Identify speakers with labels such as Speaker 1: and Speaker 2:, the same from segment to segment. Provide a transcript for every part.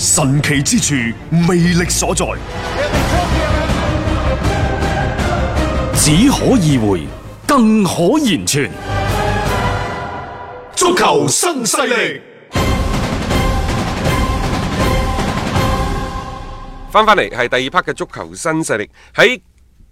Speaker 1: 神奇之處，魅力所在，
Speaker 2: 只可意會，更可言傳。
Speaker 3: 足球新勢力，
Speaker 4: 翻翻嚟係第二 part 嘅足球新勢力。喺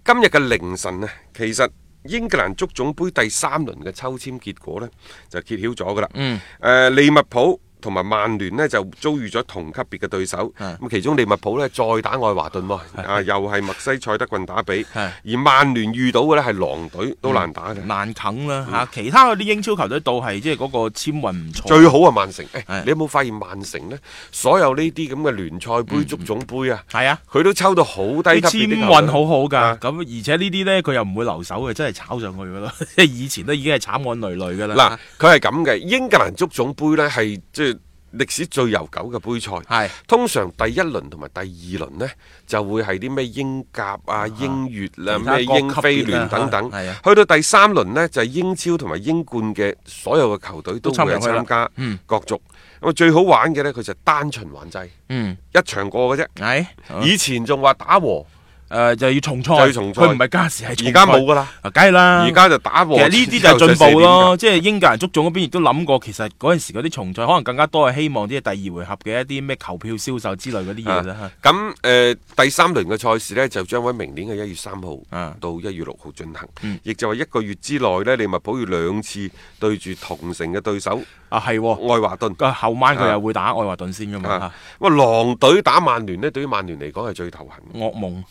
Speaker 4: 今日嘅凌晨啊，其實英格蘭足總杯第三輪嘅抽籤結果呢，就揭曉咗噶啦。嗯。誒、利物浦同埋曼聯呢，就遭遇咗同級別嘅對手。咁其中利物浦呢，再打愛華頓喎，啊又係墨西塞德郡打比。而曼聯遇到嘅呢，係狼隊，都難打嘅。嗯
Speaker 5: 難啃啦嚇，其他嗰啲英超球隊倒係即係嗰個簽運唔錯，
Speaker 4: 最好啊，曼城！誒、
Speaker 5: 係
Speaker 4: 你有冇發現曼城呢？所有呢啲咁嘅聯賽杯、足總杯啊，
Speaker 5: 係啊，
Speaker 4: 佢都抽到好低
Speaker 5: 嗯佢
Speaker 4: 級別
Speaker 5: 簽
Speaker 4: 啲球
Speaker 5: 運
Speaker 4: 隊
Speaker 5: 好好㗎，
Speaker 4: 啊
Speaker 5: 咁而且呢啲呢，佢又唔會留守嘅，真係炒上去㗎咯， 即係以前都已經係慘案累累㗎
Speaker 4: 嗱
Speaker 5: 啦，，
Speaker 4: 佢係咁嘅，英格蘭足總杯呢係即係歷史最悠久嘅杯賽。
Speaker 5: 係
Speaker 4: 通常第一輪同埋第二輪呢，就會係啲咩英甲啊、英乙啊、
Speaker 5: 其他
Speaker 4: 咩
Speaker 5: 各
Speaker 4: 英
Speaker 5: 級
Speaker 4: 非
Speaker 5: 別
Speaker 4: 聯
Speaker 5: 啊
Speaker 4: 等等
Speaker 5: 係啊。
Speaker 4: 去到第三輪呢，就係英超同埋英冠嘅所有嘅球隊都
Speaker 5: 都參
Speaker 4: 會係
Speaker 5: 入去啦
Speaker 4: 參加角逐。咁啊，最好玩嘅呢，佢就單循環制，
Speaker 5: 嗯，
Speaker 4: 一場過嘅啫。
Speaker 5: 係
Speaker 4: 以前仲話打和，
Speaker 5: 誒就要重賽，
Speaker 4: 就要重賽
Speaker 5: 佢唔係加時係重賽
Speaker 4: 而家冇㗎啦，
Speaker 5: 啊梗係啦，
Speaker 4: 而家就打和。
Speaker 5: 其實呢啲就係進步咯，。即係英格蘭足總嗰邊亦都諗過，其實嗰陣時嗰啲重賽可能更加多係希望啲第二回合嘅一啲咩球票銷售之類嗰啲嘢啦
Speaker 4: 啊。咁誒、呃第三輪嘅賽事呢，就將喺明年嘅一月三號
Speaker 5: 啊
Speaker 4: 到一月六號進行，亦、就係一個月之內呢，利物浦要兩次對住同城嘅對手
Speaker 5: 啊係喎，
Speaker 4: 愛華頓。
Speaker 5: 個後晚佢
Speaker 4: 啊
Speaker 5: 又會打愛華頓先噶嘛
Speaker 4: 啊。！哇，狼隊打曼聯呢，對於曼聯嚟講係最頭痕嘅，
Speaker 5: 噩夢，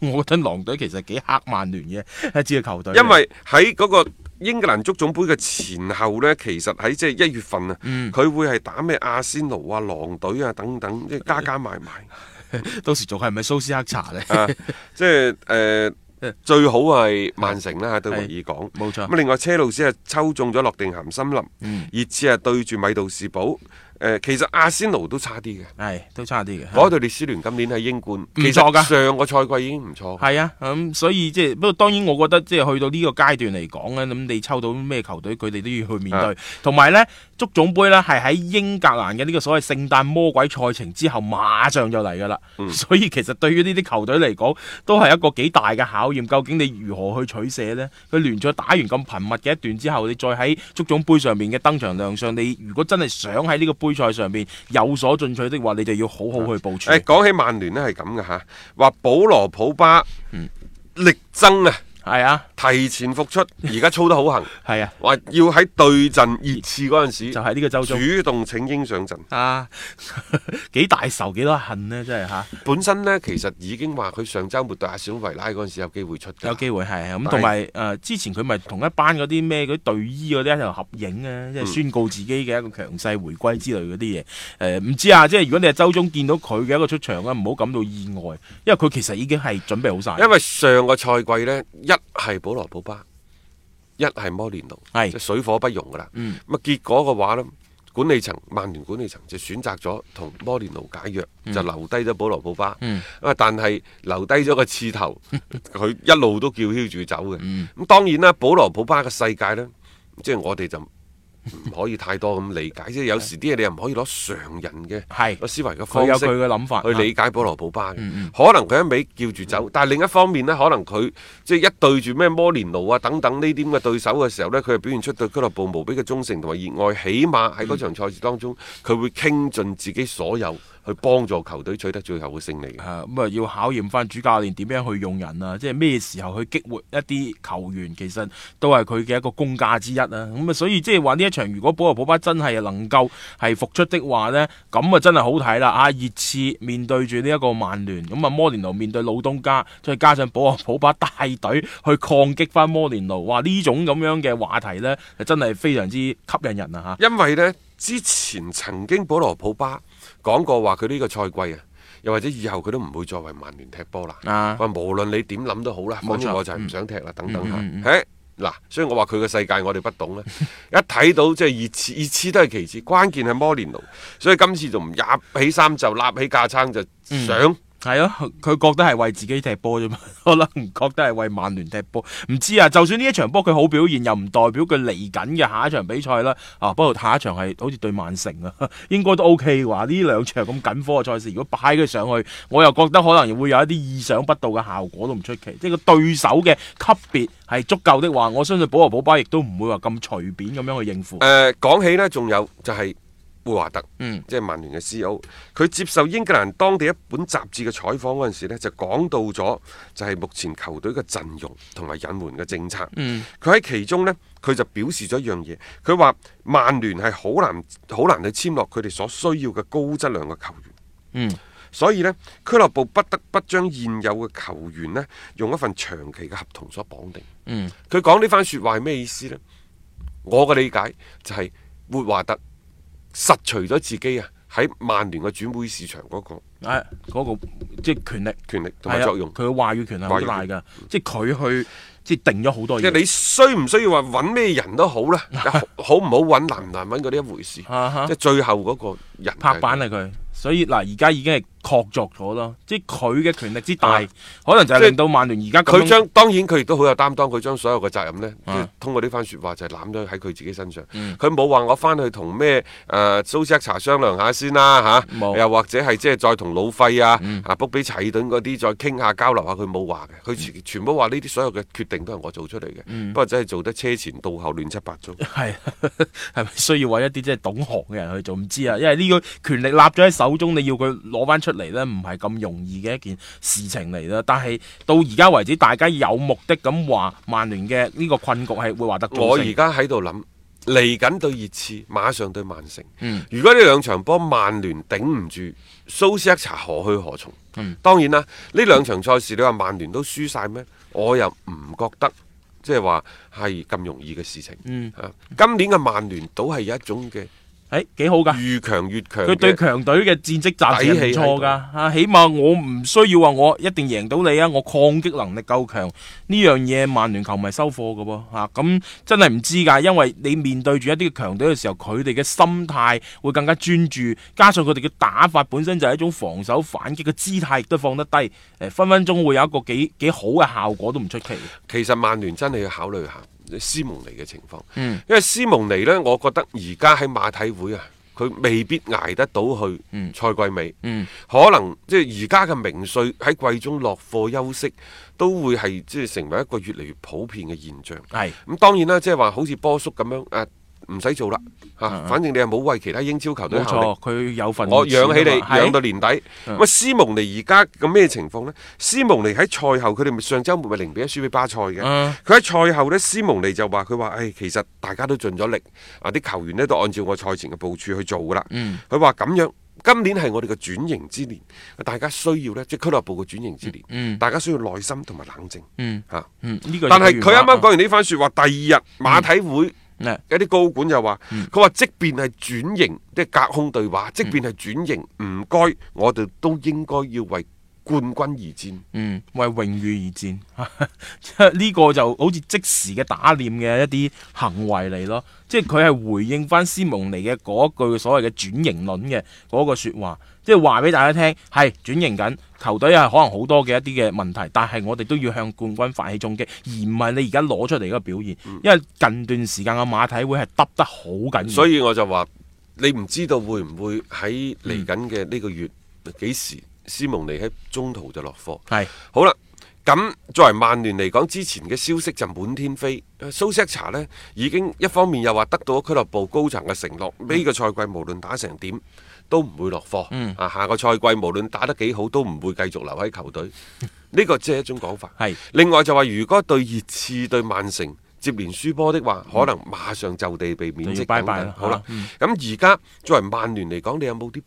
Speaker 5: 我覺得狼隊其實幾黑曼聯嘅一支嘅球隊嚟。
Speaker 4: 因為喺嗰個英格蘭足總杯嘅前後呢，其實喺即係一月份啊，佢、會係打咩阿仙奴啊、狼隊啊等等，即係加加埋埋。
Speaker 5: 到時仲係咪蘇斯克查咧？
Speaker 4: 啊，即係誒、最好係曼城啦，對維爾港，
Speaker 5: 冇錯嗯
Speaker 4: 咁另外車路士係啊抽中咗諾定咸森林，熱刺係對住米杜士堡。誒、其實阿仙奴都差啲嘅，
Speaker 5: 係都差啲嘅。
Speaker 4: 嗰隊列斯聯今年喺英冠，其
Speaker 5: 錯㗎
Speaker 4: 實上個賽季已經唔錯。
Speaker 5: 係啊，咁、所以即係不過當然，我覺得即係去到呢個階段嚟講咧，咁你抽到咩球隊，佢哋都要去面對。同埋呢，足總杯呢係喺英格蘭嘅呢個所謂聖誕魔鬼賽程之後，馬上就嚟噶啦。所以其實對於呢啲球隊嚟講，都係一個幾大嘅考驗。究竟你如何去取捨呢？佢聯賽打完咁頻密嘅一段之後，你再喺足總杯上面嘅登場亮相，你如果真係想喺呢個杯賽上面有所進取的話，你就要好好去部署。
Speaker 4: 誒，講起曼聯呢係咁嘅嚇，話保羅普巴、
Speaker 5: 嗯
Speaker 4: 力爭啊，
Speaker 5: 係啊，
Speaker 4: 提前復 出，而家操得好行，
Speaker 5: 係啊，
Speaker 4: 話要喺對陣熱刺嗰陣時，
Speaker 5: 就係呢個周中。
Speaker 4: 主動請纓上陣。
Speaker 5: 啊， 幾大仇幾多恨呢？真係吓，
Speaker 4: 本身呢，其實已經話佢上週末對阿小維拉嗰陣時有機會出㗎，
Speaker 5: 有機會係咁，
Speaker 4: 係
Speaker 5: 同埋誒之前佢咪同一班嗰啲咩嗰啲隊醫嗰啲喺度合影啊，
Speaker 4: 嗯
Speaker 5: 即係宣告自己嘅一個強勢回歸之類嗰啲嘢。誒、唔知啊，即係如果你係周中見到佢嘅一個出場啊，唔好感到意外，因為佢其實已經係準備好晒。
Speaker 4: 因為上個賽季呢，一係保羅普巴，一係摩連奴，
Speaker 5: 係
Speaker 4: 即係水火不容噶啦。咁
Speaker 5: 嗯
Speaker 4: 啊、結果嘅話呢，管理層曼聯管理層就選擇咗同摩連奴解約，就留低咗保羅普巴。咁啊、
Speaker 5: 嗯
Speaker 4: 但係留低咗個 刺頭，佢一路都叫囂住走嘅。咁、
Speaker 5: 嗯
Speaker 4: 當然啦，保羅普巴嘅世界呢，即係我哋就。唔可以太多咁理解，即係有時啲嘢你又唔可以攞常人嘅
Speaker 5: 係
Speaker 4: 個思維嘅方
Speaker 5: 佢
Speaker 4: 式
Speaker 5: 有佢嘅諗法，啊嗯
Speaker 4: 去理解保羅普巴嘅，可能佢一味叫住走，但係另一方面呢，可能佢即係一對住咩摩連奴啊等等呢啲咁嘅對手嘅時候呢，佢係表現出對俱樂部無比嘅忠誠同埋熱愛，起碼喺
Speaker 5: 嗯
Speaker 4: 嗰場賽事當中，佢會傾盡自己所有去幫助球隊取得最後嘅勝利嘅。
Speaker 5: 啊咁啊，要考驗翻主教練點樣去用人啊，即係咩時候去激活一啲球員，其實都係佢嘅一個功架之一啊。咁啊，所以即係話呢一場，如果保羅普巴真係能夠係復出的話呢，咁啊真係好睇啦啊！熱刺面對住呢一個曼聯，咁啊摩連奴面對老東家，再加上保羅普巴帶隊去抗擊翻摩連奴，哇！呢種咁樣嘅話題呢，就真係非常之吸引人啊嚇。
Speaker 4: 因為呢，之前曾經保羅普巴講過話佢呢個賽季啊，又或者以後佢都唔會再為曼聯踢波啦。
Speaker 5: 啊
Speaker 4: 話無論你點諗都好啦，
Speaker 5: 冇錯
Speaker 4: 反正我就係唔想踢啦，等等
Speaker 5: 嗯嗯
Speaker 4: 嚇。誒嗱，所以我話佢嘅世界我哋不懂咧，一睇到即係熱刺，熱刺都係其次，關鍵係摩連奴，所以今次就唔入起衫就立起架撐就
Speaker 5: 嗯
Speaker 4: 想。
Speaker 5: 系咯，啊佢覺得係為自己踢波啫嘛， 可能唔覺得係為曼聯踢波，唔知啊。就算呢一場波佢好表現，又唔代表佢嚟緊嘅下一場比賽啦。啊，不過下一場係好似對曼城啊， 應該都 OK 啩。呢兩場咁緊科嘅賽事，如果擺佢上去，我又覺得可能會有一啲意想不到嘅效果都唔出奇。即係個對手嘅級別係足夠的話，我相信保羅保巴亦都唔會話咁隨便咁樣去應付。
Speaker 4: 誒呃講起呢，仲有就係會華特，
Speaker 5: 嗯
Speaker 4: 即係曼聯嘅 C.O. 佢接受英格蘭當地一本雜誌嘅採訪嗰陣時呢，就講到咗就係目前球隊嘅陣容同埋隱瞞嘅政策。
Speaker 5: 嗯
Speaker 4: 佢喺、其中呢，佢就表示咗一樣嘢，佢話曼聯係好難好難去簽落佢哋所需要嘅高質量嘅球員。
Speaker 5: 嗯
Speaker 4: 所以呢，俱樂部不得不將現有嘅球員呢，用一份長期嘅合同所綁定。
Speaker 5: 嗯，
Speaker 4: 佢講呢番説話係咩意思呢？我嘅理解就係活華特實除咗自己啊喺曼聯嘅轉會市場嗰個
Speaker 5: 誒、啊嗰、個即係權力。
Speaker 4: 權力同
Speaker 5: 係
Speaker 4: 埋
Speaker 5: 啊
Speaker 4: 作用。
Speaker 5: 佢嘅話語權係好大㗎，即係佢去即係定咗好多
Speaker 4: 即係
Speaker 5: 嘢。
Speaker 4: 你需唔需要話揾咩人都好 啦，好好唔好揾難唔難揾嗰啲一回事。
Speaker 5: 啊哈
Speaker 4: 即係最後嗰個人就係
Speaker 5: 拍板係啊佢，所以嗱而家已經係確鑿咗咯，即係佢嘅權力之大，
Speaker 4: 啊
Speaker 5: 可能就係
Speaker 4: 即係
Speaker 5: 令到曼聯而家咁樣
Speaker 4: 佢將當然佢亦都好有擔當，佢將所有嘅責任呢，即係
Speaker 5: 啊嗯
Speaker 4: 通過呢番説話就係攬咗喺佢自己身上。佢冇話我翻去同咩誒蘇斯克查商量下先啦嚇，
Speaker 5: 冇嗯
Speaker 4: 又或者係即係再同老費啊、啊卜比齊頓嗰啲再傾下交流下，佢冇話嘅。佢
Speaker 5: 嗯
Speaker 4: 全全部話呢啲所有嘅決定都係我做出嚟嘅，不過真係做得車前到後亂七八糟。
Speaker 5: 係 係咪需要揾一啲即係懂行嘅人去做？唔知啊，因為呢個權力立咗喺手中，你要佢攞翻出嚟呢，唔係咁容易嘅一件事情嚟啦。但係到而家為止，大家有目的咁話曼聯嘅呢個困局係會話得造成
Speaker 4: 我而家喺度諗，嚟緊對熱刺，馬上對曼城。
Speaker 5: 嗯
Speaker 4: 如果呢兩場波曼聯頂唔住，蘇斯克查何去何從？
Speaker 5: 嗯
Speaker 4: 當然啦，呢兩場賽事你話曼聯都輸晒咩？我又唔覺得。即係話係咁容易嘅事情。
Speaker 5: 嗯
Speaker 4: 啊今年嘅曼聯倒係有一種嘅
Speaker 5: 誒幾好㗎。
Speaker 4: 越強越強
Speaker 5: 啊
Speaker 4: 嘅。
Speaker 5: 佢對強隊嘅戰績暫時係唔錯㗎，啊，起碼我唔需要話我一定贏到你啊，我抗擊能力夠強呢樣嘢，曼聯球迷收貨㗎噃嚇，咁、真係唔知㗎，因為你面對住一啲強隊嘅時候，佢哋嘅心態會更加專注，加上佢哋嘅打法本身就係一種防守反擊嘅姿態，亦都放得低，誒、分分鐘會有一個幾幾好嘅效果都唔出奇。
Speaker 4: 其實曼聯真係要考慮下斯蒙尼嘅情況，
Speaker 5: 嗯
Speaker 4: 因為斯蒙尼呢，我覺得而家喺馬體會啊，佢未必捱得到去
Speaker 5: 嗯
Speaker 4: 賽季尾，
Speaker 5: 嗯
Speaker 4: 可能即係而家嘅名帥喺季中落課休息，都會係即係成為一個越嚟越普遍嘅現象。
Speaker 5: 係
Speaker 4: 咁當然啦，即係話好似波叔咁樣誒，唔使做啦嚇，
Speaker 5: 嗯嗯
Speaker 4: 反正你係冇為其他英超球隊
Speaker 5: 冇
Speaker 4: 效力
Speaker 5: 錯，。佢有份
Speaker 4: 我養起你，
Speaker 5: 錢啊嘛嗯
Speaker 4: 養到年底。咁啊，斯蒙尼而家咁咩情況呢？斯蒙尼喺賽後，佢哋咪上週末咪零比一輸俾巴塞嘅。
Speaker 5: 嗯
Speaker 4: 佢喺賽後呢，斯蒙尼就話：佢話，誒，其實大家都盡咗力，啊，啲球員呢都按照我賽前嘅部署去做噶啦。
Speaker 5: 嗯
Speaker 4: 佢話咁樣。今年係我哋嘅轉型之年，大家需要呢，即係俱樂部嘅轉型之年，
Speaker 5: 嗯
Speaker 4: 大家需要耐心同埋冷靜嚇。
Speaker 5: 嗯
Speaker 4: 啊
Speaker 5: 嗯呢、個
Speaker 4: 但係佢啱啱講
Speaker 5: 講
Speaker 4: 完呢番説話，第二日馬體
Speaker 5: 嗯
Speaker 4: 會。有啲高管就話，佢話即便係轉型，即係隔空對話，即便係轉型，唔該，
Speaker 5: 嗯
Speaker 4: 我哋都應該要為冠軍而戰。
Speaker 5: 嗯，為榮譽而戰， 呢個就好似即時嘅打臉嘅一啲行為嚟咯。即係佢係回應翻斯蒙尼嘅嗰句所謂嘅轉型論嘅嗰個説話，即係話俾大家聽係轉型緊，球隊係可能好多嘅一啲嘅問題，但係我哋都要向冠軍發起衝擊，而唔係你而家攞出嚟嘅表現。
Speaker 4: 嗯
Speaker 5: 因為近段時間嘅馬體會係耷得好緊要，
Speaker 4: 所以我就話，你唔知道會唔會喺嚟
Speaker 5: 嗯
Speaker 4: 緊嘅呢個月幾時，斯蒙尼喺中途就落課。
Speaker 5: 係
Speaker 4: 好啦。咁作為曼聯嚟講，之前嘅消息就滿天飛。蘇斯克查呢已經一方面又話得到俱樂部高層嘅承諾，
Speaker 5: 嗯
Speaker 4: 呢、個賽季無論打成點都唔會落課。
Speaker 5: 嗯
Speaker 4: 啊，下個賽季無論打得幾好都唔會繼續留喺 球隊。呢個只係一種講法。
Speaker 5: 係
Speaker 4: 另外就話，如果對熱刺、對曼城接連輸波的話，可能馬上就地被免
Speaker 5: 嗯就
Speaker 4: 職
Speaker 5: 要拜
Speaker 4: 等等
Speaker 5: 拜啦
Speaker 4: 好啦
Speaker 5: 嚇嗯，
Speaker 4: 咁而家作為曼聯嚟講，你有冇啲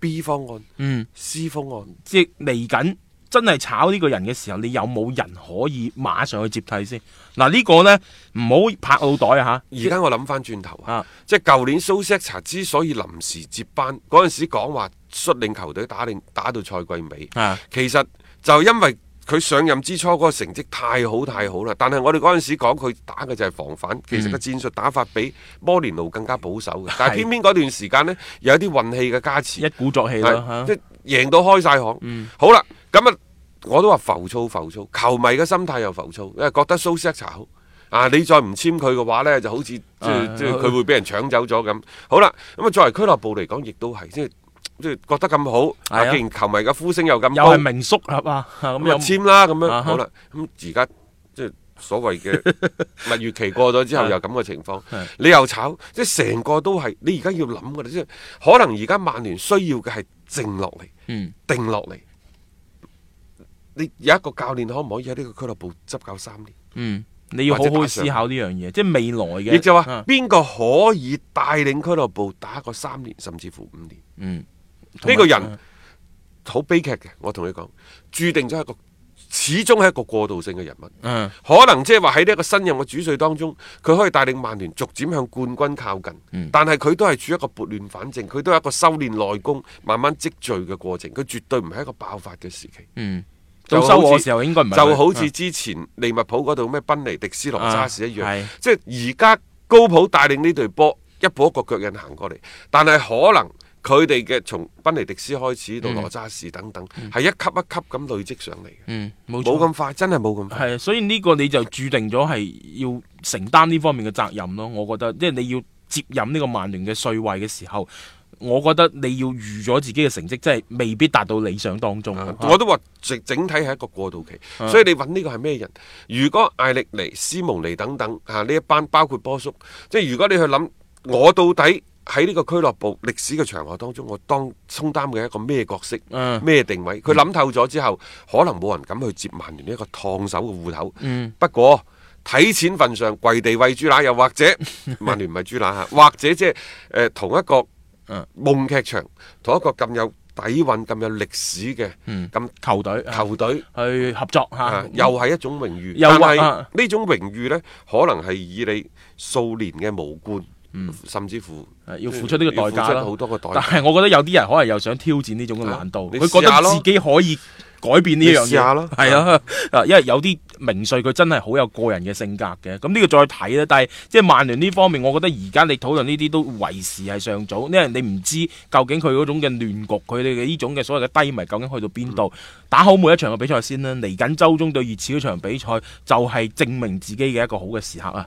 Speaker 4: B 方案、
Speaker 5: 嗯。
Speaker 4: C 方案？
Speaker 5: 即係嚟緊真係炒呢個人嘅時候，你有冇人可以馬上去接替先？嗱、呢個呢，唔好拍腦袋啊
Speaker 4: 而家我諗翻轉頭啊
Speaker 5: 啊，
Speaker 4: 即係舊年蘇斯查之所以臨時接班，嗰陣時講話率領球隊打領打到賽季尾，
Speaker 5: 啊
Speaker 4: 其實就因為佢上任之初嗰個成績太好太好啦，但係我哋嗰陣時講佢打嘅就係防反，其實個戰術打法比摩連奴更加保守嘅，但係
Speaker 5: 係
Speaker 4: 偏偏嗰段時間呢，有一啲運氣嘅加持，
Speaker 5: 一鼓作氣啦
Speaker 4: 係
Speaker 5: 嚇嗯
Speaker 4: 即係贏到開晒行。好啦，咁啊，我都話浮躁浮躁，球迷嘅心態又浮躁，因為覺得蘇斯克查好。啊！你再唔簽佢嘅話呢，就好似即係
Speaker 5: 啊
Speaker 4: 即係佢會俾人搶走咗咁。好啦，咁啊作為俱樂部嚟講，亦都係即係即係覺得咁好。啊，
Speaker 5: 係啊
Speaker 4: 既然球迷嘅呼聲又咁
Speaker 5: 又
Speaker 4: 高，
Speaker 5: 係名宿啦啊，咁
Speaker 4: 咁就
Speaker 5: 又
Speaker 4: 簽啦咁樣。
Speaker 5: 啊哈
Speaker 4: 好啦，咁而家即係所 謂嘅蜜月期過咗之後，
Speaker 5: 係
Speaker 4: 又咁嘅情況
Speaker 5: 係，
Speaker 4: 你又炒，即係成個都係你而家要諗㗎啦。即係可能而家曼聯需要嘅係靜落嚟。
Speaker 5: 嗯
Speaker 4: 定落嚟。你有一個教練可唔可以喺呢個俱樂部執教三年？
Speaker 5: 嗯，你要好好思考呢樣嘢，即係未來嘅。
Speaker 4: 亦就話
Speaker 5: 啊
Speaker 4: 邊個可以帶領俱樂部打個三年甚至乎五年？
Speaker 5: 嗯
Speaker 4: 呢
Speaker 5: 同
Speaker 4: 個
Speaker 5: 埋啊
Speaker 4: 人好悲劇嘅，我同你講，注定咗係一個始終係一個過渡性嘅人物。
Speaker 5: 嗯
Speaker 4: 可能即係話喺呢一個新任嘅主帥當中，佢可以帶領曼聯逐漸向冠軍靠近，
Speaker 5: 嗯
Speaker 4: 但係佢都係處於一個撥亂反正，佢都係一個修練內功、慢慢積聚嘅過程，佢絕對唔係一個爆發嘅時期。
Speaker 5: 嗯，
Speaker 4: 就
Speaker 5: 到
Speaker 4: 好
Speaker 5: 收我嘅
Speaker 4: 似
Speaker 5: 時候應該唔係佢
Speaker 4: 就好似
Speaker 5: 啊
Speaker 4: 之前利物浦嗰度咩賓尼迪斯羅渣士一樣，
Speaker 5: 啊係
Speaker 4: 即係而家高普帶領呢隊波一步一個腳印行過嚟，但係可能佢哋嘅從賓尼迪斯開始到羅渣士等等，係、一級一級咁累積上嚟嘅，
Speaker 5: 嗯冇錯
Speaker 4: 冇咁、快，真係冇咁快。
Speaker 5: 係，所以呢個你就注定咗係要承擔呢方面嘅責任咯。我覺得，即係你要接任呢個曼聯嘅帥位嘅時候，我覺得你要預咗自己嘅成績，即係未必達到理想當中。
Speaker 4: 啊
Speaker 5: 啊
Speaker 4: 我都話整整體係一個過渡期，所以你揾呢個係咩人？如果艾力尼、斯蒙尼等等啊呢一班，包括波叔，即係如果你去諗，我到底喺呢個俱樂部歷史嘅長河當中，我當充擔嘅一個咩角色
Speaker 5: 嗯、
Speaker 4: 咩、定位？佢諗透咗之後，可能冇人敢去接曼聯呢一個燙手嘅芋頭。不過睇錢份上，跪地喂豬乸，又或者曼聯唔係豬乸嚇，或者即係誒同一個
Speaker 5: 嗯
Speaker 4: 夢劇場，同一個咁有底韻、咁有歷史嘅咁
Speaker 5: 球隊啊
Speaker 4: 球隊。
Speaker 5: 去合作嚇，
Speaker 4: 啊，又係一種榮譽，
Speaker 5: 嗯又
Speaker 4: 但
Speaker 5: 話
Speaker 4: 係
Speaker 5: 啊
Speaker 4: 呢種榮譽呢，可能係以你數年嘅無冠，
Speaker 5: 嗯
Speaker 4: 甚至乎
Speaker 5: 誒啊要付出呢個代
Speaker 4: 要付出
Speaker 5: 價啦
Speaker 4: 好多個代
Speaker 5: 但
Speaker 4: 價。
Speaker 5: 係我覺得有啲人可能又想挑戰呢種嘅難度，
Speaker 4: 啊你
Speaker 5: 佢覺
Speaker 4: 試下咯
Speaker 5: 得自己可以改變呢樣
Speaker 4: 你試下咯
Speaker 5: 嘢，係啊，啊因為有啲名帥佢真係好有個人嘅性格嘅，咁呢個再睇啦。但係即係曼聯呢方面，我覺得而家你討論呢啲都為時係尚早，因為你唔知究竟佢嗰種嘅亂局，佢哋嘅呢種嘅所謂嘅低迷究竟去到邊
Speaker 4: 嗯
Speaker 5: 度，打好每一場嘅比賽先啦。嚟緊周中對熱刺嗰場比賽就係證明自己嘅一個好嘅時刻啊！